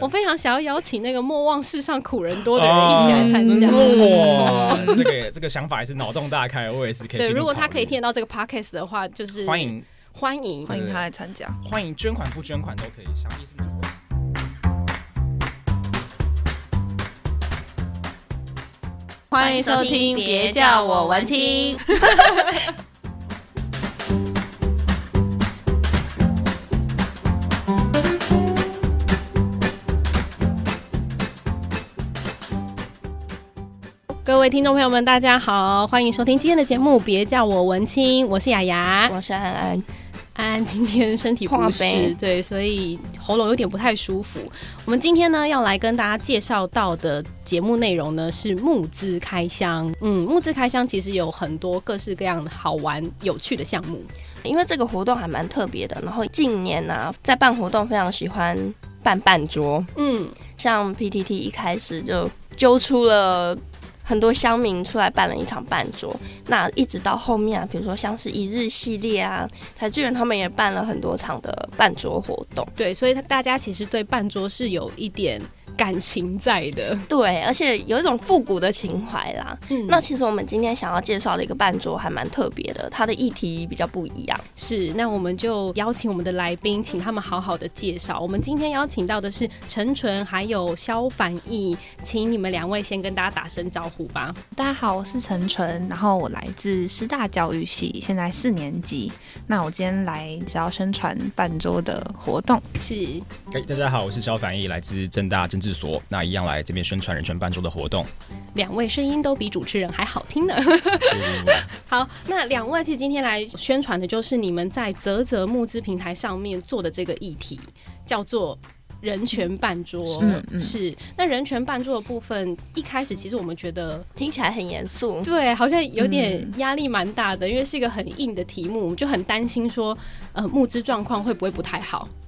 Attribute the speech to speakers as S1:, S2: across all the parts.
S1: 我非常想要邀请那个莫忘世上苦人多的人
S2: 哦
S1: 一起来参加。
S2: 嗯哇，哦这个这个想法也是脑洞大开，我也是可以进
S1: 对，
S2: 入考虑。
S1: 如果他可以听得到这个 podcast 的话，就是
S2: 欢迎
S1: 欢迎。
S2: 对
S3: 欢迎他来参加。
S2: 欢迎捐款不捐款都可以，想必是你的。
S4: 欢迎收听别叫我文青。
S1: 各位听众朋友们，大家好，欢迎收听今天的节目，别叫我文青，我是雅雅。
S3: 我是安安，
S1: 安安今天身体不
S3: 破病
S1: 适，对，所以喉咙有点不太舒服。我们今天呢要来跟大家介绍到的节目内容呢是募资开箱。嗯，募资开箱其实有很多各式各样好玩有趣的项目。
S3: 因为这个活动还蛮特别的，然后近年呢、啊，在办活动非常喜欢办半桌，
S1: 嗯，
S3: 像 PTT 一开始就揪出了。很多乡民出来办了一场半桌，那一直到后面啊，比如说像是一日系列啊，台剧人他们也办了很多场的半桌活动。
S1: 对，所以大家其实对半桌是有一点感情在的。
S3: 对，而且有一种复古的情怀啦。
S1: 嗯
S3: 那其实我们今天想要介绍的一个半桌还蛮特别的，它的议题比较不一样。
S1: 是，那我们就邀请我们的来宾，请他们好好的介绍。我们今天邀请到的是陈纯还有肖凡毅，请你们两位先跟大家打声招呼吧。
S5: 大家好，我是陈纯，然后我来自师大教育系，现在四年级。那我今天来是要宣传半桌的活动，
S1: 是，
S2: 哎，大家好，我是肖凡毅，来自正大政治所，那一样来这边宣传人权办桌的活动。
S1: 两位声音都比主持人还好听呢。 好，那两位其实今天来宣传的就是你们在泽泽募资平台上面做的这个议题，叫做。人权半桌
S5: 嗯嗯
S1: 是，那人权半桌的部分，一开始其实我们觉得
S3: 听起来很严肃，
S1: 对，好像有点压力蛮大的，因为是一个很硬的题目，我们就很担心说，呃，募资状况会不会不太好？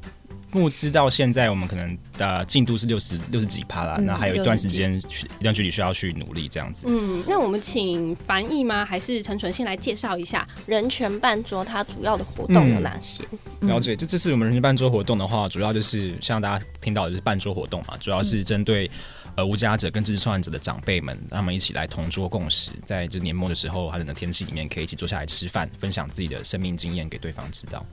S2: 募资到现在，我们可能呃进度是六十六十几趴啦，
S5: 嗯
S2: 那还有一段时间，去一段距离需要去努力这样子。
S1: 嗯，那我们请樊毅吗？还是陈纯先来介绍一下？
S3: 人权半桌它主要的活动有哪些？
S1: 嗯
S2: 了解，就这次我们人权办桌活动的话，主要就是像大家听到的就是办桌活动嘛，主要是针对、呃无家者跟知识创作者的长辈们，让他们一起来同桌共识，在就年末的时候寒冷的天气里面，可以一起坐下来吃饭，分享自己的生命经验给对方知道。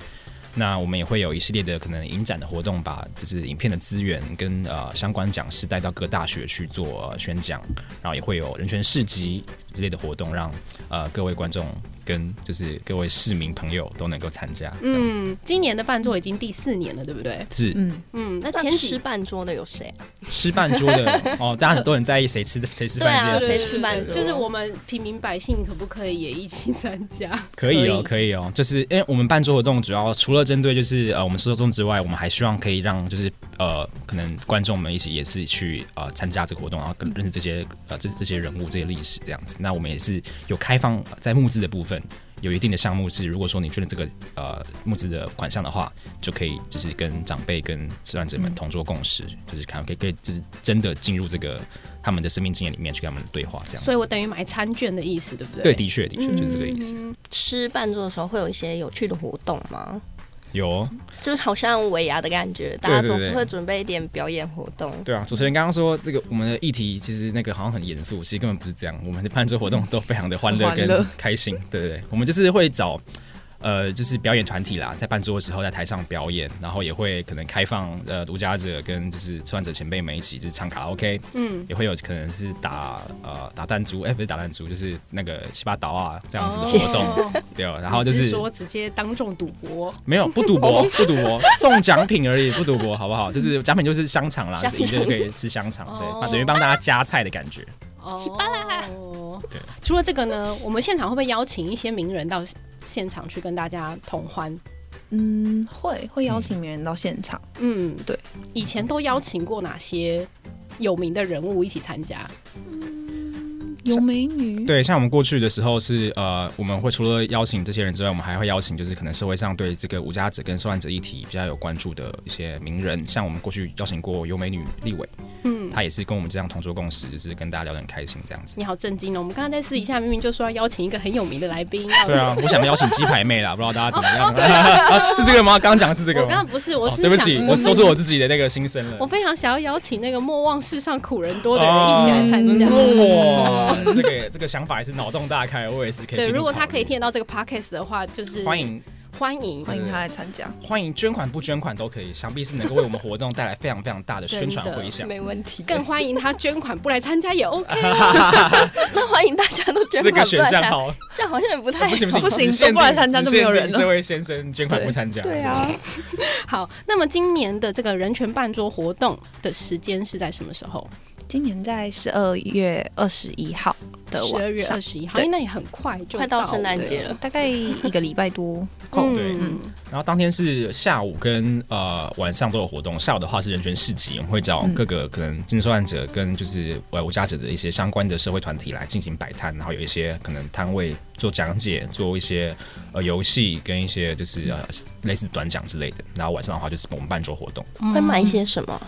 S2: 那我们也会有一系列的可能影展的活动，把就是影片的资源跟呃相关讲师带到各大学去做、呃宣讲，然后也会有人权市集之类的活动，让呃各位观众跟就是各位市民朋友都能够参加。这样子，
S1: 嗯，今年的伴奏已经第四年了，对不对？
S2: 是
S5: 嗯，
S1: 嗯，那
S3: 那
S1: 前
S3: 吃
S1: 几
S3: 半桌的有谁啊？
S2: 吃饭桌的 哦，大家很多人在意谁吃谁吃饭这
S3: 对啊
S2: 件
S3: 谁
S2: 事，
S3: 吃饭桌
S1: 就是我们平民百姓可不可以也一起参加？
S2: 可以哦，可以哦，就是因为我们办桌活动主要除了针对就是呃我们受众之外，我们还希望可以让就是呃可能观众们一起也是去呃参加这个活动，然后
S1: 嗯
S2: 跟认识这些呃这这些人物这些历史这样子。那我们也是有开放呃在募资的部分。有一定的项目是，如果说你捐了这个呃募资的款项的话，就可以就是跟长辈跟志愿者们同桌共识，就是看可以可以就是真的进入这个他们的生命经验里面去跟他们对话这样子。
S1: 所以我等于买餐券的意思，对不对？
S2: 对，的确，的确就是这个意思。
S1: 嗯
S3: 吃半桌的时候会有一些有趣的活动吗？
S2: 有哦，
S3: 就好像尾牙的感觉，大家
S2: 对
S3: 总
S2: 对
S3: 是会准备一点表演活动。
S2: 对啊，主持人刚刚说这个我们的议题其实那个好像很严肃，其实根本不是这样。我们的伴奏活动都非常的欢乐
S5: 欢乐
S2: 跟开心，对对对，我们就是会找。呃，就是表演团体啦，在伴奏的时候在台上表演，然后也会可能开放呃独家者跟就是创者前辈们一起就是唱卡拉 OK，嗯，也会有可能是打呃打弹珠，哎、不是打弹珠，就是那个洗把刀啊这样子的活动，
S1: 哦
S2: 对哦，然后就
S1: 你
S2: 是
S1: 说直接当众赌博，
S2: 没有，不赌
S1: 哦
S2: 博，不赌博，送奖品而已，不赌博，好不好？就是奖品就是香肠啦，
S3: 香
S2: 就是
S3: 肠
S2: 你就可以吃香肠，
S1: 哦
S2: 对，那等于帮大家加菜的感觉。
S1: 哦，
S2: 对
S1: 除了这个呢，我们现场会不会邀请一些名人到现场去跟大家同欢？
S5: 嗯，会会邀请名人到现场，
S1: 嗯，
S5: 对。
S1: 以前都邀请过哪些有名的人物一起参加？嗯
S5: 有美女，
S2: 对，像我们过去的时候是呃，我们会除了邀请这些人之外，我们还会邀请就是可能社会上对这个无家者跟受难者议题比较有关注的一些名人，像我们过去邀请过有美女立委，
S1: 嗯，
S2: 他也是跟我们这样同桌共识，就是跟大家聊得很开心这样子。
S1: 你好震惊哦！我们刚刚在私底下明明就说要邀请一个很有名的来宾，要
S2: 对啊，我想邀请鸡排妹啦，不知道大家怎么样？啊 是这个吗？刚刚讲的是这个
S1: 哦我刚
S2: 吗
S1: 刚？不是，我
S2: 哦
S1: 是、
S2: 对不起，我说
S1: 说
S2: 出我自己的那个心声了。
S1: 我非常想要邀请那个莫忘世上苦人多的人一起来参加。
S2: 嗯哦哇，这个这个想法也是脑洞大开，我也是可以进
S1: 对，
S2: 入考虑。
S1: 如果他可以听得到这个 podcast 的话，就是
S2: 欢迎
S1: 欢迎。
S5: 欢迎他来参加。
S2: 欢迎捐款不捐款都可以，想必是能够为我们活动带来非常非常大的宣传
S1: 真的
S2: 回响。
S3: 没问题。
S1: 更欢迎他捐款不来参 加也 OK，
S3: 那欢迎大家都捐
S2: 这
S3: 款
S2: 个选项
S3: 不然才
S2: 好，
S3: 啊
S2: 啊
S3: 这样好像也不太
S2: 不行不行
S5: 不行
S2: 只限定
S5: 都不来参加就没有人了
S2: 只限定这位先生捐款不参加，
S3: 对啊，
S1: 好。那么今年的这个人权办桌活动的时间是在什么时候？
S5: 今年在十二月二十一号的
S1: 十二
S5: 晚
S1: 月
S5: 上
S1: 二，十一号，
S5: 对
S1: 哎那也很快就
S3: 快到圣诞
S5: 对
S3: 节了
S5: 大概一个礼拜多后
S1: 嗯，
S2: 哦对
S1: 嗯
S2: 然后当天是下午跟呃晚上都有活动，下午的话是人权市集，我们会找各个可能经受案者跟就是呃无家者的一些相关的社会团体来进行摆摊，然后有一些可能摊位做讲解，做一些呃游戏跟一些就是呃类似短讲之类的。然后晚上的话就是我们办桌活动，
S3: 会买一些什么？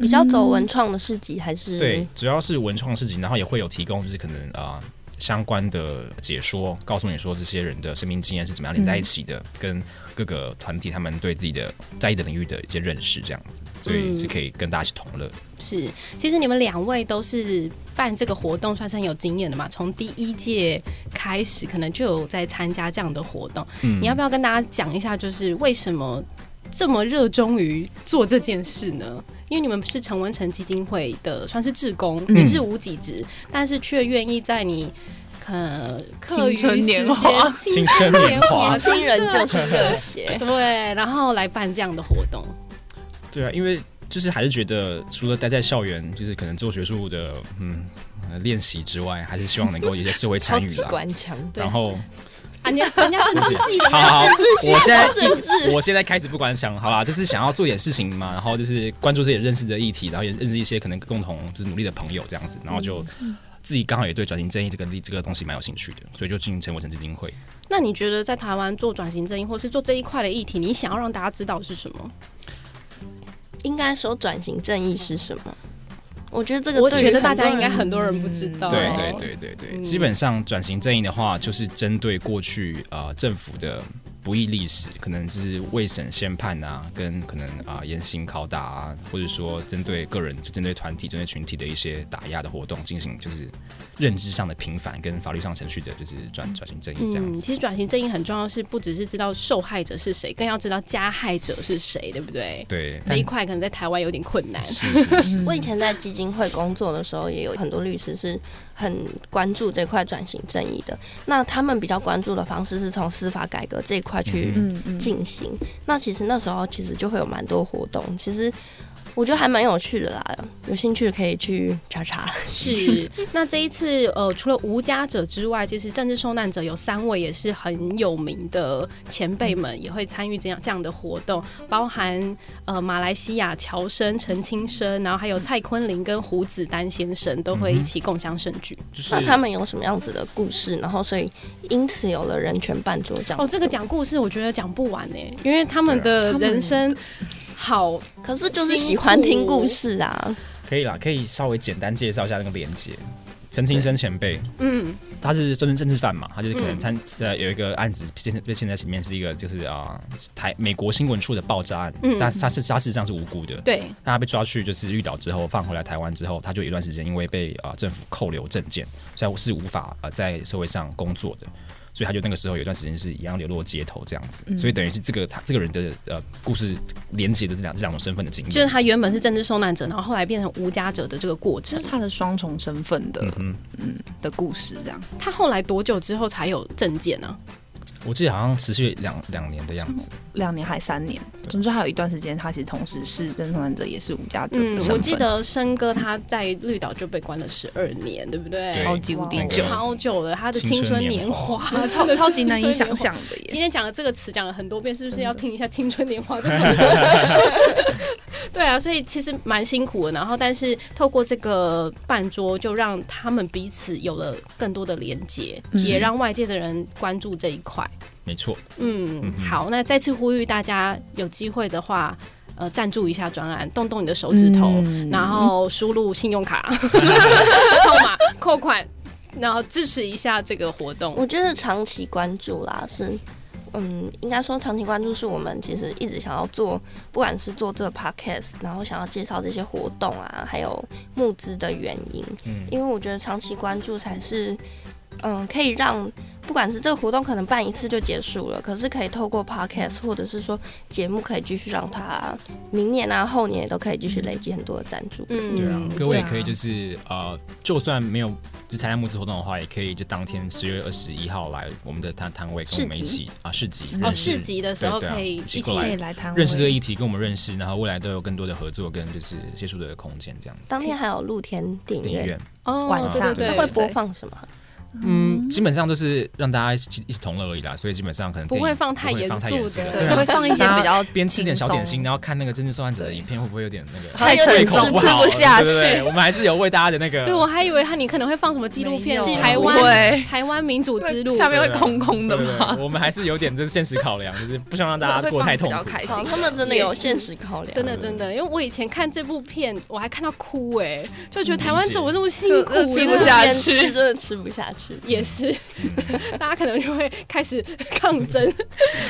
S3: 比较走文创的市集还是
S2: 对，主要是文创市集，然后也会有提供就是可能啊。呃相关的解说，告诉你说这些人的生命经验是怎么样连在一起
S3: 嗯
S2: 的，跟各个团体他们对自己的在意的领域的一些认识，这样子，
S3: 嗯
S2: 所以是可以跟大家一起同乐。
S1: 是。其实你们两位都是办这个活动算是很有经验的嘛，从第一届开始可能就有在参加这样的活动。
S2: 嗯
S1: 你要不要跟大家讲一下，就是为什么这么热衷于做这件事呢？因为你们是陈文成基金会的算是志工，
S5: 嗯
S1: 也是无给职，但是却愿意在你呃课余
S5: 青春
S1: 时
S5: 年
S1: 间、
S5: 华
S1: 青
S2: 青春
S1: 春
S2: 年
S1: 年
S2: 华
S1: 华，
S3: 年轻人
S1: 真
S3: 就
S1: 的，
S3: 是热血
S1: 对，然后来办这样的活动。
S2: 对啊，因为就是还是觉得除了待在校园，就是可能做学术的嗯呃练习之外，还是希望能够有一些社会参与啦。
S3: 强。
S1: 对
S2: 然后，
S1: 啊，人家人家很自信，
S2: 好好，
S3: 政治系啊
S2: 我现在
S3: 政治
S2: 我现在开始不管想，好啦，就是想要做点事情嘛，然后就是关注自己认识的议题，然后也认识一些可能共同就是努力的朋友这样子，然后就自己刚好也对转型正义这个力这个东西蛮有兴趣的，所以就进陈伟成基金会。
S1: 那你觉得在台湾做转型正义，或是做这一块的议题，你想要让大家知道是什么？
S3: 应该说转型正义是什么？我觉得这个
S1: 我
S3: 对
S1: 觉
S3: 于
S1: 得大
S3: 很多
S1: 家应该
S3: 人
S1: 很多人不知道。
S3: 哦
S2: 对对对对对，
S1: 嗯
S2: 基本上转型正义的话，就是针对过去呃政府的不义历史，可能就是未审先判啊，跟可能啊、严刑拷打啊，或者说针对个人、针对团体、针对群体的一些打压的活动，进行就是认知上的平反跟法律上程序的，就是转转型正义这样
S1: 嗯，
S2: 子。
S1: 其实转型正义很重要，是不只是知道受害者是谁，更要知道加害者是谁，对不对？
S2: 对，
S1: 这
S2: 但
S1: 一块可能在台湾有点困难。
S2: 是是是，
S3: 我以前在基金会工作的时候，也有很多律师是很关注这块转型正义的。那他们比较关注的方式是从司法改革这一块去
S5: 嗯嗯，
S3: 进行。那其实那时候其实就会有蛮多活动，其实我觉得还蛮有趣的啦。有兴趣可以去查查。
S1: 是，那这一次呃，除了无家者之外，其实政治受难者有三位也是很有名的前辈们，也会参与这样这样的活动，包含呃马来西亚乔生、陈清生，然后还有蔡坤林跟胡子丹先生都会一起共襄盛举。
S5: 嗯
S2: 就是
S3: 那他们有什么样子的故事？然后所以因此有了人权办桌这样。
S1: 哦，这个讲故事我觉得讲不完呢、欸因为他们
S5: 对啊
S1: 的
S5: 他们
S1: 人生好
S3: 可是就是喜欢听故事啊。
S2: 可以啦，可以稍微简单介绍一下那个连接。陈清生前辈，
S1: 嗯，
S2: 他是政治政治犯嘛，他就是可能
S1: 嗯
S2: 参、呃有一个案子，现被现在前面是一个就是啊、台美国新闻处的爆炸案，
S1: 嗯
S2: 但他是他事实上是无辜的，
S1: 对，
S2: 那他被抓去就是绿岛之后放回来台湾之后，他就有一段时间因为被啊、呃政府扣留证件，所以他是无法呃在社会上工作的。所以他就那个时候有一段时间是一样流落街头这样子，
S1: 嗯
S2: 所以等于是这个他这个人的呃故事连接的这两这两种身份的经历，
S1: 就是他原本是政治受难者，然后后来变成无家者的这个过
S5: 就
S1: 程
S5: 是。他的双重身份的
S2: 嗯哼，
S5: 的故事这样。
S1: 他后来多久之后才有啊证件呢、
S2: 我记得好像持续两两年的样子，
S5: 两年还三年，总之还有一段时间，他其实同时是跟同患者也是无家者的身份、
S1: 嗯我记得生哥他在绿岛就被关了十二年，对不对？
S2: 对
S5: 超级无敌
S2: 整
S5: 久
S2: 个，
S1: 超久了，他的青春年华，
S5: 啊 超超级难以想象的
S1: 今
S5: 耶。
S1: 天讲的这个词讲了很多遍，是不是
S5: 真的
S1: 要听一下“青春年华”这首歌？ 对啊，所以其实蛮辛苦的。然后，但是透过这个办桌，就让他们彼此有了更多的连接，
S5: 嗯
S1: 也让外界的人关注这一块。
S2: 没错，
S1: 嗯
S2: 嗯，哼
S1: 好，那再次呼吁大家有机会的话。呃赞助一下专案，动动你的手指头，
S5: 嗯
S1: 然后输入信用 卡号码扣款，然后支持一下这个活动。
S3: 我觉得长期关注啦是，嗯，应该说长期关注是我们其实一直想要做，不管是做这个 podcast，然后想要介绍这些活动啊，还有募资的原因。
S2: 嗯
S3: 因为我觉得长期关注才是，嗯，可以让不管是这个活动可能办一次就结束了，可是可以透过 podcast 或者是说节目，可以继续让它明年啊、后年也都可以继续累积很多的赞助。
S2: 对啊
S1: 嗯，，
S2: 各位
S5: 对
S2: 也
S5: 啊
S2: 可以就是呃，就算没有就参加募资活动的话，也可以就当天十月二十一号来我们的摊摊位跟我们一
S3: 市集
S2: 起啊市集
S5: 哦
S1: 哦，
S2: 认识
S1: 市集的时候
S2: 对对啊
S1: 可以一
S2: 一起
S1: 起
S2: 过
S5: 可
S2: 来
S5: 以来谈
S2: 认识这个议题，跟我们认识，然后未来都有更多的合作跟就是接触的空间这样子。
S3: 当天还有露天电
S2: 电
S3: 影
S2: 影
S3: 院，
S2: 院，
S1: 哦，
S5: 晚上
S1: 对对
S3: 那
S1: 对
S3: 会播放什么？
S2: 嗯，基本上都是让大家一起一起同乐而已啦，所以基本上可能
S1: 不
S2: 电影
S1: 会放太
S2: 不会
S1: 严
S2: 放
S1: 肃
S2: 严肃
S1: 的
S2: 对啊
S5: 对，会放一些比较
S2: 边吃点小点心，
S5: 轻松
S2: 然后看那个真正受害者的影片，会不会有点那个
S5: 太
S2: 胃
S5: 沉
S2: 口
S5: 重，
S2: 不
S5: 吃
S2: 好？
S5: 不下
S2: 对对对
S5: 去。
S2: 我们还是有为大家的那个
S1: 对，我还以为他你可能会放什么纪录片
S5: 没，有
S1: 台
S5: 不
S1: 湾
S5: 会
S1: 台湾民主之路，
S5: 下面会
S2: 对啊
S5: 空空的
S2: 对对
S5: 嘛，
S2: 对我们还是有点这现实考量，就是不想让大家
S5: 会
S2: 过
S5: 放
S2: 太
S5: 得
S2: 痛
S5: 比较
S2: 苦。嗯
S5: 开心
S3: 好，。他们真的有现实考量，
S1: 真的真的，因为我以前看这部片，我还看到哭哎、就
S5: 嗯
S1: 觉得台湾
S2: 理解
S1: 怎么那么辛苦，
S5: 就就吃不
S1: 这样
S5: 下
S3: 边
S5: 去
S3: 吃真的吃不下去。
S1: 也是， 大家可能就会开始 抗争。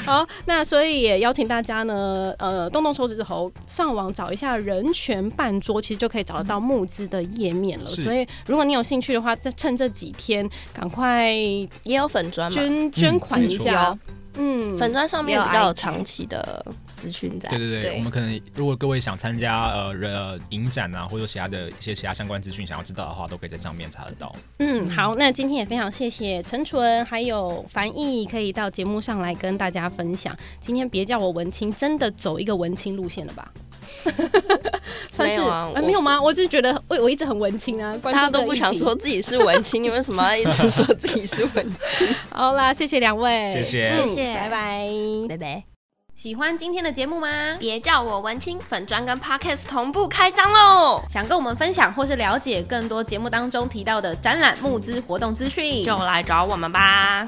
S1: 好，那所以也邀请大家呢，呃，动动手指头上网找一下人权办桌，其实就可以找得到募资的页面了。
S2: 是
S1: 所以如果你有兴趣的话，再趁这几天赶快
S3: 也有粉砖嘛，
S1: 捐捐款一
S2: 没错
S1: 下。嗯，
S3: 粉砖上面
S5: 也有
S3: 比较有
S5: IG
S3: 长期的资讯在
S2: 对。对对，
S5: 对
S2: 我们可能如果各位想参加呃人呃影展啊，或者其他的一些其他相关资讯，想要知道的话，都可以在上面查得到。
S1: 嗯，好，那今天也非常谢谢陈纯还有樊毅可以到节目上来跟大家分享。今天别叫我文青，真的走一个文青路线了吧？ 算是
S3: 没有啊
S1: 哎
S3: 我
S1: 没有吗？我只是觉得我我一直很文青啊，关注
S3: 大家
S1: 这
S3: 都
S1: 个
S3: 不
S1: 议
S3: 想
S1: 题
S3: 说。自己是文 青，你为什么要一直说自己是文青？
S1: 好啦，谢谢两位，
S2: 谢谢
S1: 嗯
S5: 谢谢
S1: 拜拜。
S3: 拜拜！
S4: 喜欢今天的节目吗？
S3: 别叫我文青，粉砖跟 Podcast 同步开张喽！
S4: 想跟我们分享或是了解更多节目当中提到的展览募资活动资讯，
S3: 就来找我们吧。